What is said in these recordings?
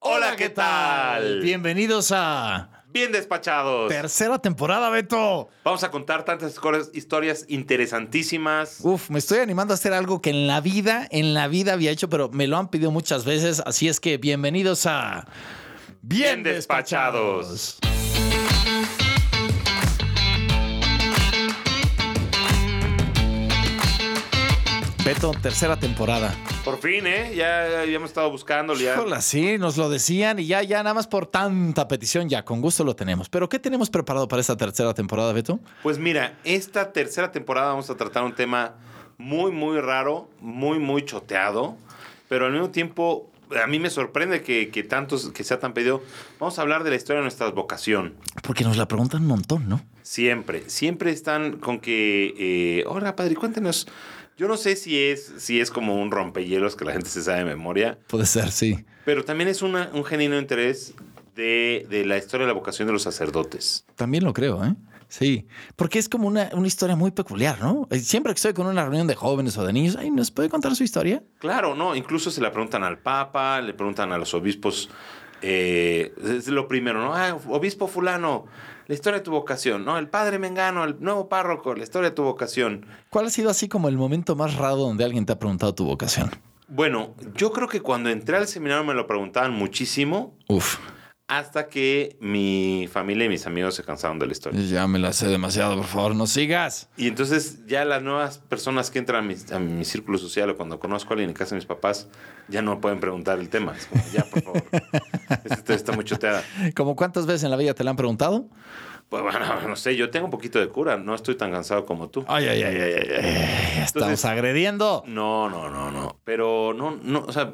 Hola, ¿qué tal? Bienvenidos a Bien despachados. tercera temporada, Beto. Vamos a contar tantas cosas- historias interesantísimas. Uf, me estoy animando a hacer algo que en la vida, en la vida había hecho, pero me lo han pedido muchas veces, así es que bienvenidos a Bien despachados. Beto, tercera temporada. Por fin, ¿eh? Ya habíamos estado buscándolo. Ya. Híjole, sí, nos lo decían y ya, ya, nada más por tanta petición, ya, con gusto lo tenemos. Pero, ¿qué tenemos preparado para esta tercera temporada, Beto? Pues mira, esta tercera temporada vamos a tratar un tema muy, muy raro, muy, muy choteado, pero al mismo tiempo a mí me sorprende que, que tantos, que sea tan pedido. Vamos a hablar de la historia de nuestra vocación. Porque nos la preguntan un montón, ¿no? Siempre, siempre están con que, eh, ahora padre, cuéntenos. Yo no sé si es, si es como un rompehielos que la gente se sabe de memoria, Puede ser, sí. pero también es una- un genuino interés de, de la historia de la vocación de los sacerdotes. También lo creo, ¿eh? Sí, porque es como una, una historia muy peculiar, ¿no? Eh, Siempre que estoy con una reunión de jóvenes o de niños, ay, ¿nos puede contar su historia? Claro, no, incluso se la preguntan al Papa, le preguntan a los obispos, eh, es lo primero, ¿no? Ah, obispo fulano, la historia de tu vocación, ¿no? El padre Mengano, el nuevo párroco, la historia de tu vocación. ¿Cuál ha sido así como el momento más raro donde alguien te ha preguntado tu vocación? Bueno, yo creo que cuando entré al seminario me lo preguntaban muchísimo, Uf, hasta que mi familia y mis amigos se cansaron de la historia. ya me la sé demasiado, por favor, no sigas. Y entonces ya las nuevas personas que entran a mi, a mi círculo social o cuando conozco a alguien en casa de mis papás, ya no pueden preguntar el tema. Es como, ya, por favor. Esta historia está muy choteada. ¿Como cuántas veces en la vida te la han preguntado? Pues bueno, no sé, yo tengo un poquito de cura, no estoy tan cansado como tú. Ay, ay, ay, ay, ay, ay, Eh, ya estamos Entonces- agrediendo. No, no, no, no. Pero no, no, o sea,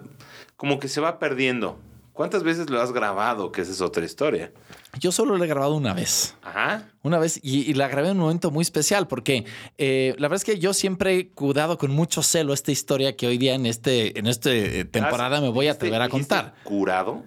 como que se va perdiendo. ¿Cuántas veces lo has grabado? Que esa es otra historia. Yo solo lo he grabado una vez. Ajá. Una vez, y, y la grabé en un momento muy especial, porque eh, la verdad es que yo siempre he cuidado con mucho celo esta historia que hoy día en este en esta temporada Has- me voy a dijiste- atrever a dijiste contar. ¿Curado?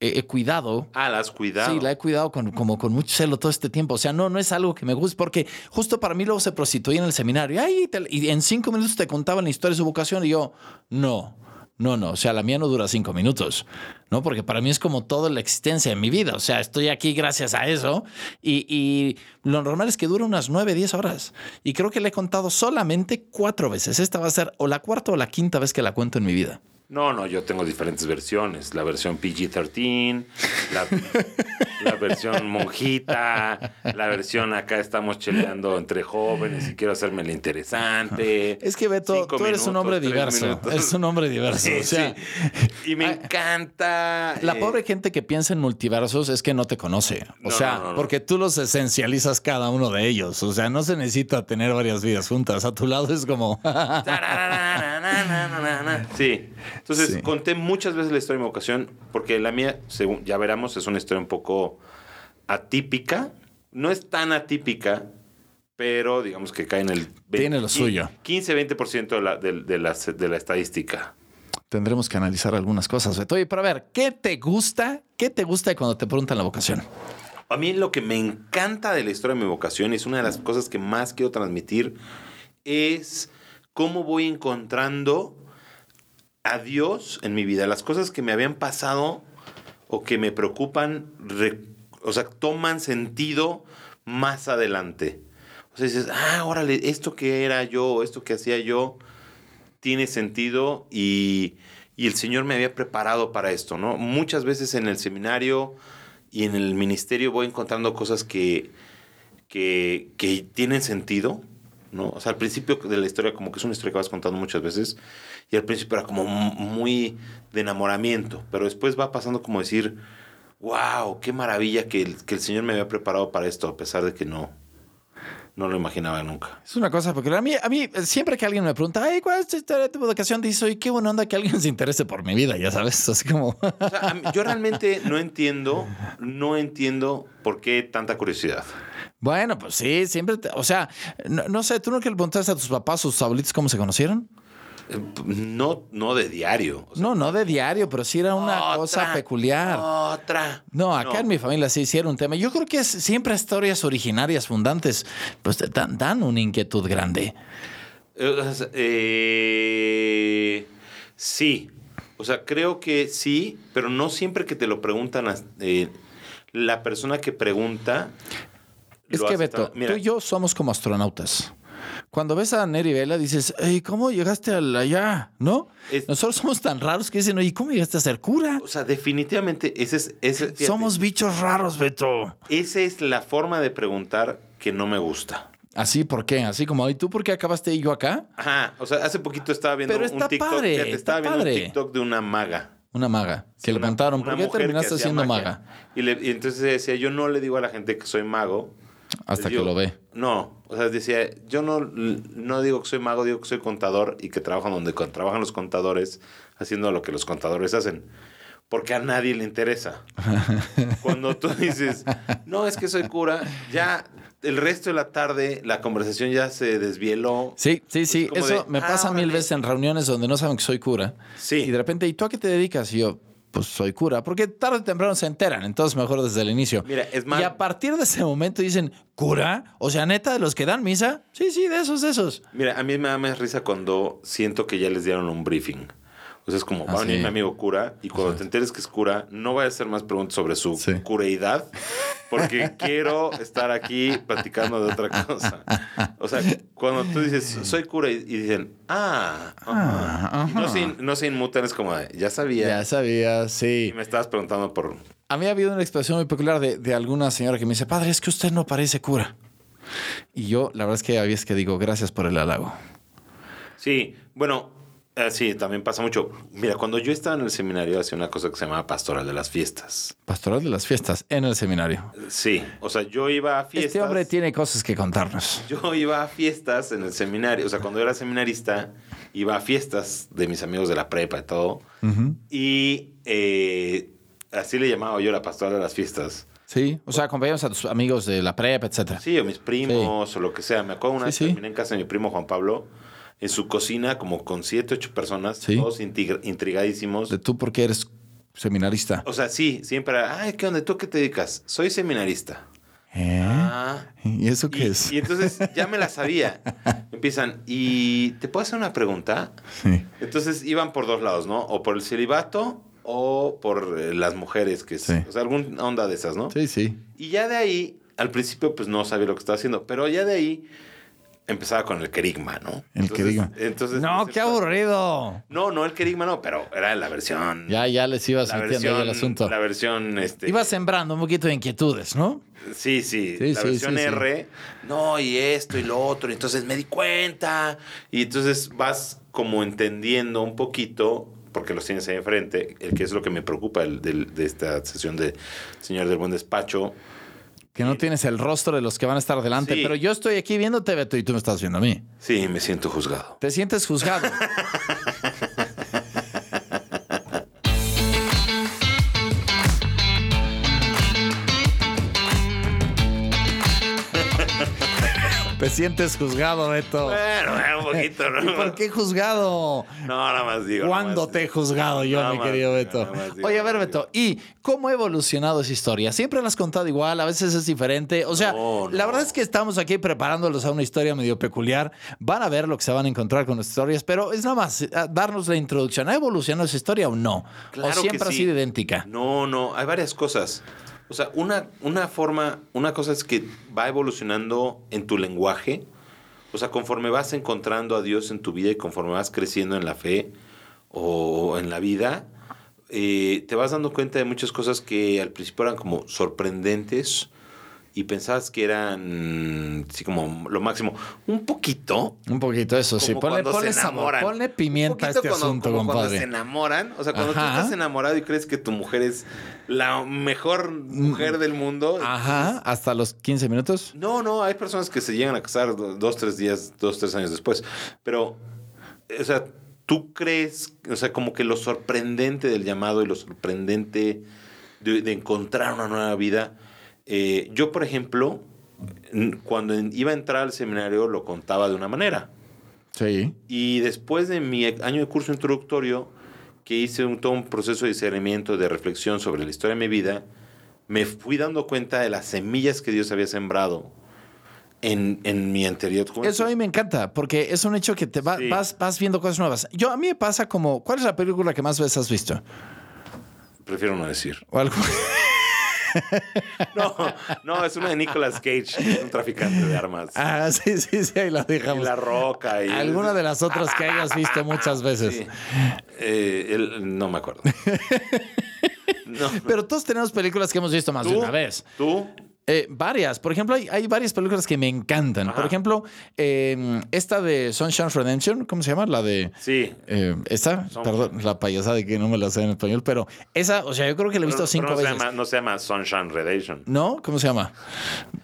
He, he cuidado. Ah, la has cuidado. Sí, la he cuidado con, como con mucho celo todo este tiempo. O sea, no, no es algo que me guste, porque justo para mí luego se prostituía en el seminario. Ay, te- y en cinco minutos te contaban la historia de su vocación y yo, no, no, no. O sea, la mía no dura cinco minutos, ¿no? Porque para mí es como toda la existencia de mi vida. O sea, estoy aquí gracias a eso. Y, y lo normal es que dura unas nueve, diez horas. Y creo que le he contado solamente cuatro veces. Esta va a ser o la cuarta o la quinta vez que la cuento en mi vida. No, no, yo tengo diferentes versiones. La versión PG-13, la, la versión monjita, la versión acá estamos cheleando entre jóvenes y quiero hacerme el interesante. Es que Beto, Cinco tú eres un minutos, hombre tres diverso. minutos. Eres un hombre diverso. Sí, o sea. sí. Y me encanta. La eh, pobre gente que piensa en multiversos es que no te conoce. O No, sea, no, no, no. porque tú los esencializas cada uno de ellos. O sea, no se necesita tener varias vidas juntas. A tu lado es como. ah. tarararararararararara. Sí. Entonces, Sí. conté muchas veces la historia de mi vocación, porque la mía, según ya veremos, es una historia un poco atípica. No es tan atípica, pero digamos que cae en el... Tiene lo suyo. 15-20% de la, de, de la, de la estadística. Tendremos que analizar algunas cosas, Beto. Oye, pero a ver, ¿qué te gusta? ¿Qué te gusta cuando te preguntan la vocación? A mí lo que me encanta de la historia de mi vocación y es una de las cosas que más quiero transmitir es cómo voy encontrando a Dios en mi vida. Las cosas que me habían pasado o que me preocupan, re- o sea, toman sentido más adelante. O sea, dices, ah, órale, esto que era yo, esto que hacía yo, tiene sentido y, y el Señor me había preparado para esto, ¿no? Muchas veces en el seminario y en el ministerio voy encontrando cosas que, que, que tienen sentido, ¿no? O sea, al principio de la historia como que es una historia que vas contando muchas veces y al principio era como mu- muy de enamoramiento, pero después va pasando como decir, wow, qué maravilla que el, que el Señor me había preparado para esto, a pesar de que no, no lo imaginaba nunca. Es una cosa, porque a mí, a mí, siempre que alguien me pregunta, ay, ¿cuál es tu historia de tu vocación? Dice, oye, qué buena onda que alguien se interese por mi vida, ya sabes, así como. O sea, a mí- yo realmente no entiendo, no entiendo por qué tanta curiosidad. Bueno, pues sí, siempre, te- o sea, no, no sé, ¿tú no que le preguntaste a tus papás, sus abuelitos, cómo se conocieron? Eh, p- No, no de diario. O sea, No, no de diario, pero sí era una otra, cosa peculiar. Otra. No, acá No. en mi familia sí hicieron un tema. Yo creo que es- siempre historias originarias, fundantes, pues te dan, dan una inquietud grande. Eh, o sea, eh, sí, O sea, creo que sí, pero no siempre que te lo preguntan, as- eh, la persona que pregunta. Es lo que acepta. Beto, Mira, tú y yo somos como astronautas. Cuando ves a Neri Vela dices, ¿y cómo llegaste al- allá? ¿No? Es- Nosotros somos tan raros que dicen, ¿y cómo llegaste a ser cura? O sea, definitivamente ese es. Ese, fíjate, Somos bichos raros, Beto. Esa es la forma de preguntar que no me gusta. Así, ¿por qué? Así como, ¿y tú por qué acabaste y yo acá? Ajá, o sea, hace poquito estaba viendo Pero está un TikTok. padre, fíjate, estaba está viendo padre. un TikTok de una maga. Una maga. Que le Una- preguntaron, una ¿por qué mujer que terminaste hacía siendo magia. maga? Y, le- y entonces decía, yo no le digo a la gente que soy mago. Hasta que Les digo, lo ve. No, o sea, decía, yo no, no digo que soy mago, digo que soy contador y que trabajo donde con- trabajan los contadores haciendo lo que los contadores hacen. Porque a nadie le interesa. Cuando tú dices, no, es que soy cura, ya el resto de la tarde la conversación ya se desvieló. Sí, sí, sí. Es como Eso de, me ah, pasa mil órale. veces en reuniones donde no saben que soy cura. Sí. Y de repente, ¿y tú a qué te dedicas? Y yo, pues soy cura. Porque tarde o temprano se enteran. Entonces, mejor desde el inicio. Mira, es más- Y a partir de ese momento dicen, ¿cura? O sea, neta, de los que dan misa. Sí, sí, de esos, de esos. Mira, a mí me da más risa cuando siento que ya les dieron un briefing. O sea, es como, Ah, va a venir sí. mi amigo cura y cuando te enteres que es cura, no voy a hacer más preguntas sobre su Sí. cureidad porque quiero estar aquí platicando de otra cosa. O sea, cuando tú dices, soy cura y, y dicen, ah, ajá", Ah, y no, ajá. se, in- no se inmutan, es como, de, ya sabía. Ya sabía, Y sí. me estabas preguntando por... A mí ha habido una expresión muy peculiar de, de alguna señora que me dice, padre, es que usted no parece cura. Y yo, la verdad es que a veces que digo, gracias por el halago. Sí, bueno, eh, sí, también pasa mucho. Mira, cuando yo estaba en el seminario hacía una cosa que se llamaba pastoral de las fiestas. Pastoral de las fiestas en el seminario. Sí, o sea, yo iba a fiestas. Este hombre tiene cosas que contarnos. Yo iba a fiestas en el seminario, o sea, cuando era seminarista, iba a fiestas de mis amigos de la prepa y todo. Ujú. Y eh, así le llamaba yo la pastora de las fiestas. Sí, o sea, acompañamos a tus amigos de la prepa, etcétera. Sí, o mis primos, o lo que sea. Me acuerdo Sí, una vez sí. terminé en casa de mi primo Juan Pablo, en su cocina, como con siete, ocho personas, Sí. todos intig- intrigadísimos. De tú porque eres seminarista. O sea, sí, siempre, era, ay, ¿qué onda? ¿Tú qué te dedicas? Soy seminarista. ¿Eh? Ah, ¿Y eso qué Y- es? Y entonces ya me la sabía. Empiezan, ¿y te puedo hacer una pregunta? Sí. Entonces iban por dos lados, ¿no? O por el celibato o por eh, las mujeres, que es, Sí. o sea, alguna onda de esas, ¿no? sí, sí. Y ya de ahí, al principio, pues no sabía lo que estaba haciendo, pero ya de ahí empezaba con el querigma, ¿no? El querigma. Entonces, No, pues, qué empezaba- aburrido. No, no, el querigma no, pero era la versión. Ya, ya les ibas la metiendo ahí versión, el asunto. La versión, este. Ibas sembrando un poquito de inquietudes, ¿no? Sí, sí, Sí, la sí, versión sí, sí. R, no, y esto y lo otro, y entonces me di cuenta, y entonces vas como entendiendo un poquito, porque los tienes ahí enfrente, el que es lo que me preocupa el- del- de esta sesión de Señor del Buen Despacho. Que no tienes el rostro de los que van a estar delante. Sí. Pero yo estoy aquí viéndote, Beto, y tú me estás viendo a mí. Sí, me siento juzgado. Te sientes juzgado. Te sientes juzgado, Beto. Bueno, eh, un poquito, ¿Y ¿no? por qué juzgado? No, nada más digo. nada ¿Cuándo más te he digo. juzgado yo, Nada mi más querido digo, Beto? nada más digo, Oye, a ver, nada más Beto, ¿y cómo ha evolucionado esa historia? ¿Siempre la has contado igual? ¿A veces es diferente? O sea, No, la no. verdad es que estamos aquí preparándolos a una historia medio peculiar. Van a ver lo que se van a encontrar con las historias, pero es nada más eh, darnos la introducción. ¿Ha evolucionado esa historia o no? Claro ¿O que siempre ha sí. sido idéntica? No, no, hay varias cosas. O sea, una, una forma, una cosa es que va evolucionando en tu lenguaje. O sea, conforme vas encontrando a Dios en tu vida y conforme vas creciendo en la fe o en la vida, eh, te vas dando cuenta de muchas cosas que al principio eran como sorprendentes y pensabas que eran así como lo máximo. Un poquito, Un poquito eso, Pues sí. como Ponle, cuando ponle se sabor, enamoran. ponle Un pimienta a poquito este cuando- asunto, como Cuando se compadre. enamoran, o sea, cuando Ajá. tú estás enamorado y crees que tu mujer es la mejor Mm. mujer del mundo. Ajá, hasta los 15 minutos. No, no, hay personas que se llegan a casar do- dos, tres días, dos, tres años después. Pero, o sea, tú crees, o sea, como que lo sorprendente del llamado y lo sorprendente de, de encontrar una nueva vida. eh, yo, por ejemplo, n- cuando en- iba a entrar al seminario lo contaba de una manera. Sí. Y después de mi año de curso introductorio, que hice un, todo un proceso de discernimiento, de reflexión sobre la historia de mi vida, me fui dando cuenta de las semillas que Dios había sembrado en, en mi anterior juventud. Eso a mí me encanta, porque es un hecho que te va- Sí. vas, vas viendo cosas nuevas. Yo a mí me pasa como, ¿cuál es la película que más veces has visto? Prefiero no decir. O algo. No, no, es una de Nicolas Cage, que es un traficante de armas. Ah, sí, sí, sí, ahí la y dejamos. la roca. Y Alguna de las otras que hayas visto muchas veces. Sí. Eh, él- no me acuerdo. No. Pero todos tenemos películas que hemos visto más de ¿Tú? una vez. ¿Tú? Eh, varias. Por ejemplo, hay, hay varias películas que me encantan. Por ejemplo, eh, esta de Sunshine's Redemption, ¿cómo se llama? La de... Sí. eh, esta, Son- perdón, la payasada de que no me la sé en español, pero esa, o sea, yo creo que la he visto Pero- cinco pero no veces. Se llama, no se llama Sunshine Redemption. ¿No? ¿Cómo se llama?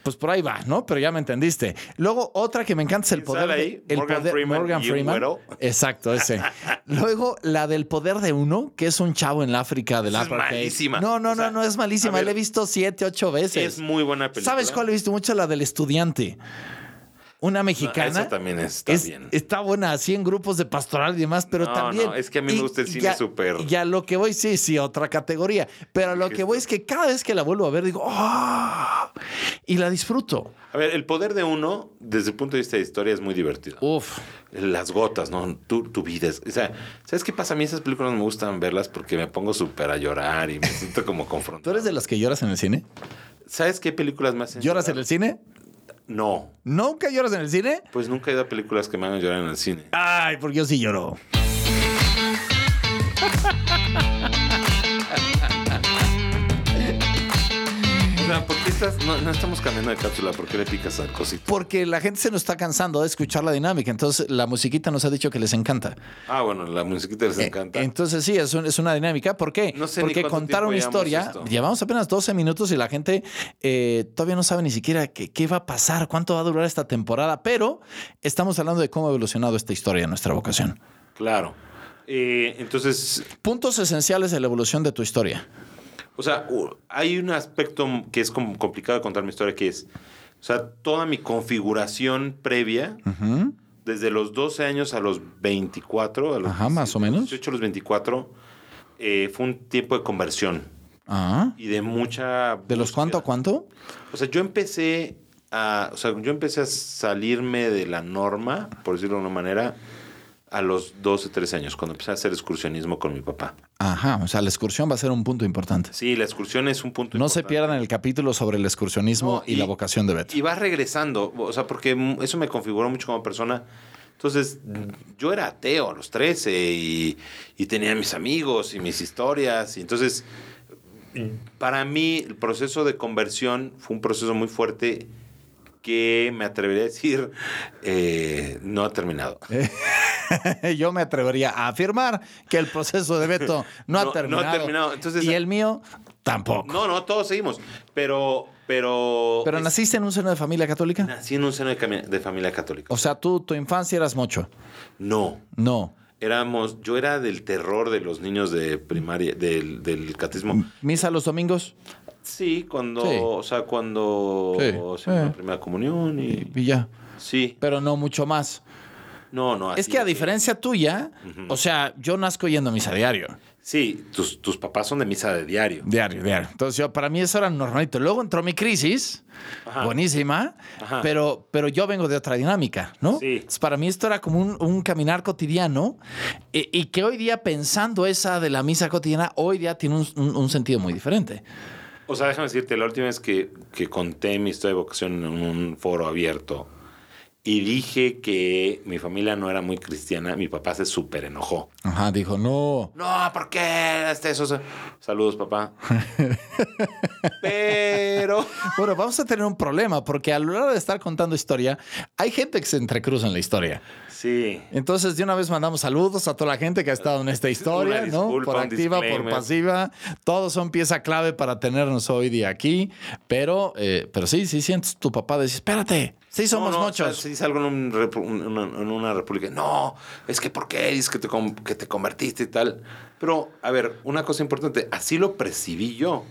Pues por ahí va, ¿no? Pero ya me entendiste. Luego, otra que me encanta es el ¿Quién poder sale de- ahí? el Morgan Freeman Morgan y un Freeman. güero. Exacto, ese. Luego, la del poder de uno, que es un chavo en la África del Esa es apartheid. malísima. No, no, O sea, no, no es malísima. a ver, la he visto siete, ocho veces. Es muy buena película. ¿Sabes cuál he visto mucho? La del estudiante. Una mexicana. Ah, esa también está Es- bien. Está buena, así en grupos de pastoral y demás, pero No, también. no, es que a mí me y- gusta el y cine a- súper. Y a lo que voy, sí, sí, otra categoría. Pero a lo que voy es que cada vez que la vuelvo a ver, digo, ¡ah! Y la disfruto. A ver, el poder de uno, desde el punto de vista de historia, es muy divertido. Uf. Las gotas, ¿no? Tu, tu vida. es- O sea, ¿sabes qué pasa? A mí esas películas me gustan verlas porque me pongo súper a llorar y me siento como ¿Tú confrontado. eres de las que lloras en el cine? ¿Sabes qué películas me hacen? ¿Lloras en el cine? No. ¿Nunca lloras en el cine? Pues nunca he ido a películas que me hagan llorar en el cine. Ay, porque yo sí lloro. O sea, ¿por qué estás.? No, no estamos cambiando de cápsula. ¿Por qué le picas al cosito? Porque la gente se nos está cansando de escuchar la dinámica. Entonces, la musiquita nos ha dicho que les encanta. Ah, bueno, la musiquita les encanta. Eh, Entonces sí, es, un- es una dinámica. ¿Por qué? No sé ni Porque cuánto contar tiempo una llevamos historia, esto. llevamos apenas 12 minutos y la gente eh, todavía no sabe ni siquiera qué, qué va a pasar, cuánto va a durar esta temporada, pero estamos hablando de cómo ha evolucionado esta historia, nuestra vocación. Claro. Eh, entonces, Puntos esenciales de la evolución de tu historia. O sea, u- hay un aspecto m- que es como complicado de contar mi historia, que es, o sea, toda mi configuración previa, Ujú. desde los 12 años a los 24, a los Ajá, más o 17, menos. 18 a los 24, eh, fue un tiempo de conversión Ah. y de mucha... ¿De los cuánto a búsqueda. cuánto? O sea, yo empecé a, o sea, yo empecé a salirme de la norma, por decirlo de una manera, a los 12, 13 años, cuando empecé a hacer excursionismo con mi papá. Ajá, o sea, la excursión va a ser un punto importante. Sí, la excursión es un punto No se importante. pierdan el capítulo sobre el excursionismo No, y, la vocación de Beto. Y vas regresando, o sea, porque m- eso me configuró mucho como persona. Entonces, yo era ateo a los 13 y, y tenía mis amigos y mis historias. Y entonces, para mí, el proceso de conversión fue un proceso muy fuerte que me atrevería a decir eh, no ha terminado. Yo me atrevería a afirmar que el proceso de Beto no, No, no ha ha terminado. terminado. Entonces- y el mío tampoco. No, no, todos seguimos. Pero, pero. ¿Pero es- naciste en un seno de familia católica? nací en un seno de, cami- de familia católica. O sea, tú, tu infancia eras mocho. No. No. Éramos, yo era del terror de los niños de primaria, del, del catecismo. ¿Misa los domingos? Sí, cuando, Mm. Sí. o sea, cuando Sí. se hizo Eh. la primera comunión y Y ya. sí. Pero no mucho más. No, no. Es así que a diferencia tuya, o sea, yo nazco yendo a misa diario. Sí, tus, tus papás son de misa de diario. Diario, diario. Entonces, yo, para mí eso era normalito. Luego entró mi crisis, Ajá. buenísima, Ajá. pero, pero yo vengo de otra dinámica, ¿no? Sí. Entonces, para mí esto era como un, un caminar cotidiano eh, y, que hoy día, pensando esa de la misa cotidiana, hoy día tiene un- un- un sentido muy diferente. O sea, déjame decirte, la última vez que, que conté mi historia de vocación en un foro abierto y dije que mi familia no era muy cristiana, mi papá se súper enojó. Ajá, dijo, no. No, ¿por qué? Este, eso, eso. Saludos, papá. Pero... Bueno, vamos a tener un problema porque a lo largo de estar contando historia, hay gente que se entrecruza en la historia. Sí. Entonces, de una vez mandamos saludos a toda la gente que ha estado en esta historia, Una ¿no? disculpa, Por un activa, por disclaimer. pasiva. Todos son pieza clave para tenernos hoy día aquí. Pero, eh, pero sí, sí sientes tu papá decir, espérate, sí somos No, no, muchos. o sea, si salgo en, un repu- un- una, en una república, no, es que ¿por qué dices que te, com- que te convertiste y tal? Pero, a ver, una cosa importante, así lo percibí yo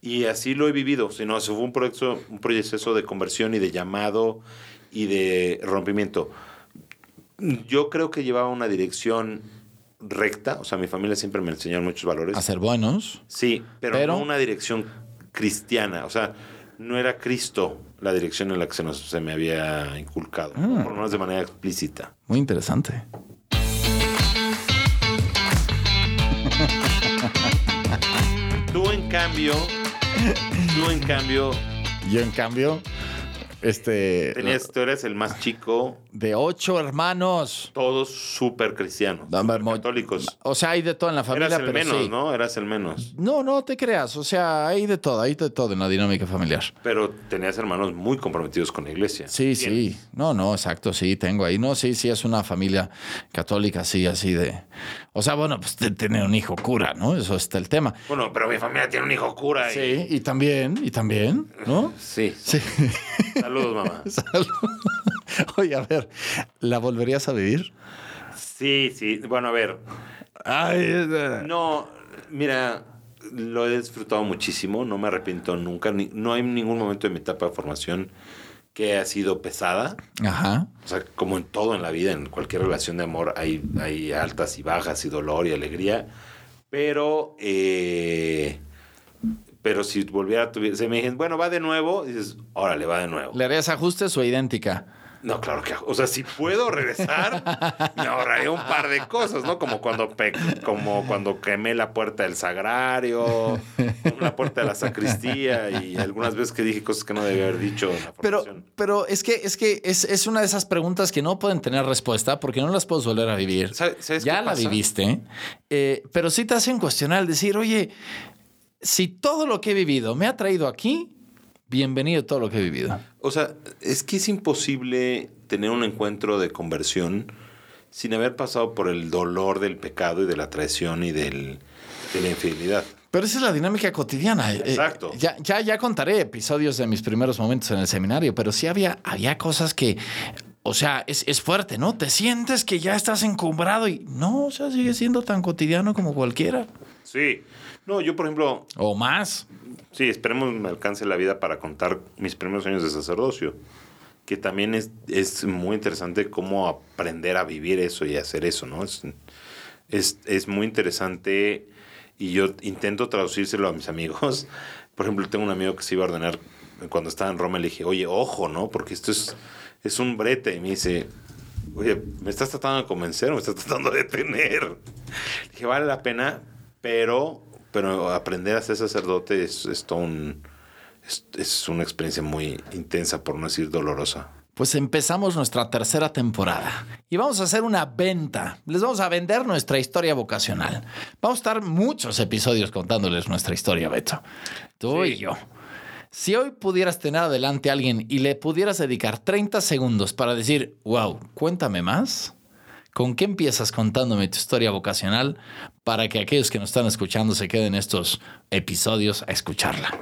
y así lo he vivido. Si no, eso fue un proceso, un proceso de conversión y de llamado y de rompimiento. Yo creo que llevaba una dirección recta, o sea, mi familia siempre me enseñó muchos valores. A ser buenos. Sí, pero, Pero- no una dirección cristiana. O sea, no era Cristo la dirección en la que se, nos, se me había inculcado, Ah. por lo menos de manera explícita. Muy interesante. Tú, en cambio, tú, en cambio, Yo, en cambio, este. tenías, tú eres el más chico, De ocho hermanos. todos súper cristianos, No, hombre, mo- católicos. O sea, hay de todo en la familia, Eras el pero menos, sí. ¿no? Eras el menos. No, no te creas. O sea, hay de todo, hay de todo en la dinámica familiar. Pero tenías hermanos muy comprometidos con la iglesia. Sí, sí. No, no, exacto, sí, tengo ahí. No, sí, sí, es una familia católica, sí, así de. O sea, bueno, pues de tener un hijo cura, ¿no? Eso está el tema. Bueno, pero mi familia tiene un hijo cura. y- Sí, y también, y también, ¿no? Sí. Sí. Saludos, mamá. Oye, a ver, ¿la volverías a vivir? Sí, sí. Bueno, a ver. Ay, eh, No, mira, lo he disfrutado muchísimo, no me arrepiento nunca, ni- no hay ningún momento de mi etapa de formación que ha sido pesada, Ajá. o sea, como en todo en la vida, en cualquier relación de amor hay, hay altas y bajas y dolor y alegría, pero, eh, pero si volviera a tuviera, se me dicen, bueno, va de nuevo, y dices, órale, va de nuevo. ¿Le harías ajustes o idéntica? No, claro que, o sea, si puedo regresar, me ahorraré un par de cosas, ¿no? Como cuando, pe- como cuando quemé la puerta del sagrario, la puerta de la sacristía y algunas veces que dije cosas que no debía haber dicho en la Pero, formación. pero es que, es que es, es una de esas preguntas que no pueden tener respuesta porque no las puedes volver a vivir. ¿Sabe- ¿Sabes ya qué la pasa? viviste, eh, pero sí te hacen cuestionar al decir, oye, si todo lo que he vivido me ha traído aquí, bienvenido todo lo que he vivido. O sea, es que es imposible tener un encuentro de conversión sin haber pasado por el dolor del pecado y de la traición y del, de la infidelidad. Pero esa es la dinámica cotidiana. Eh, Exacto. ya, ya, ya contaré episodios de mis primeros momentos en el seminario, pero sí había, había cosas que, o sea, es, es fuerte, ¿no? Te sientes que ya estás encumbrado y no, o sea, sigue siendo tan cotidiano como cualquiera. Sí. No, yo, por ejemplo, O más. Sí, esperemos me alcance la vida para contar mis primeros años de sacerdocio. Que también es, es muy interesante cómo aprender a vivir eso y hacer eso, ¿no? Es, es, es muy interesante y yo intento traducírselo a mis amigos. Por ejemplo, tengo un amigo que se iba a ordenar cuando estaba en Roma. Le dije, oye, ojo, ¿no? Porque esto es, es un brete. Y me dice, oye, ¿me estás tratando de convencer o me estás tratando de detener? Le dije, vale la pena, pero, pero aprender a ser sacerdote es, es todo un- es- es una experiencia muy intensa, por no decir dolorosa. Pues empezamos nuestra tercera temporada y vamos a hacer una venta. Les vamos a vender nuestra historia vocacional. Vamos a estar muchos episodios contándoles nuestra historia, Beto. Tú y Sí. yo. Si hoy pudieras tener adelante a alguien y le pudieras dedicar 30 segundos para decir, wow, cuéntame más, ¿con qué empiezas contándome tu historia vocacional para que aquellos que nos están escuchando se queden estos episodios a escucharla?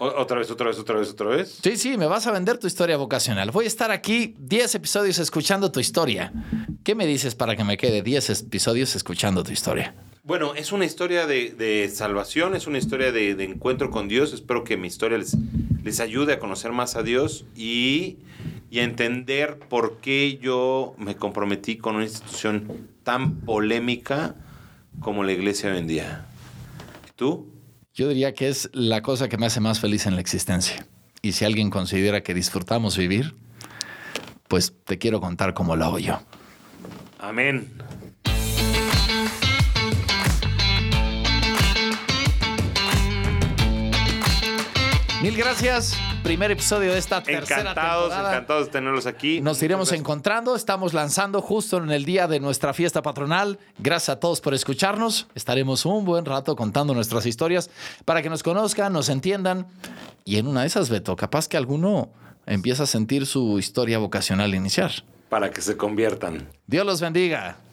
O- otra vez, otra vez, otra vez, otra vez. Sí, sí, me vas a vender tu historia vocacional. Voy a estar aquí 10 episodios escuchando tu historia. ¿Qué me dices para que me quede 10 episodios escuchando tu historia? Bueno, es una historia de, de salvación, es una historia de, de encuentro con Dios. Espero que mi historia les, les ayude a conocer más a Dios y, y a entender por qué yo me comprometí con una institución tan polémica como la iglesia hoy en día. ¿Tú? Yo diría que es la cosa que me hace más feliz en la existencia. Y si alguien considera que disfrutamos vivir, pues te quiero contar cómo lo hago yo. Amén. Mil gracias. Primer episodio de esta tercera Encantados, temporada. encantados de tenerlos aquí. Nos iremos Muchas gracias. encontrando. Estamos lanzando justo en el día de nuestra fiesta patronal. Gracias a todos por escucharnos. Estaremos un buen rato contando nuestras historias para que nos conozcan, nos entiendan. Y en una de esas, Beto, capaz que alguno empieza a sentir su historia vocacional iniciar. Para que se conviertan. Dios los bendiga.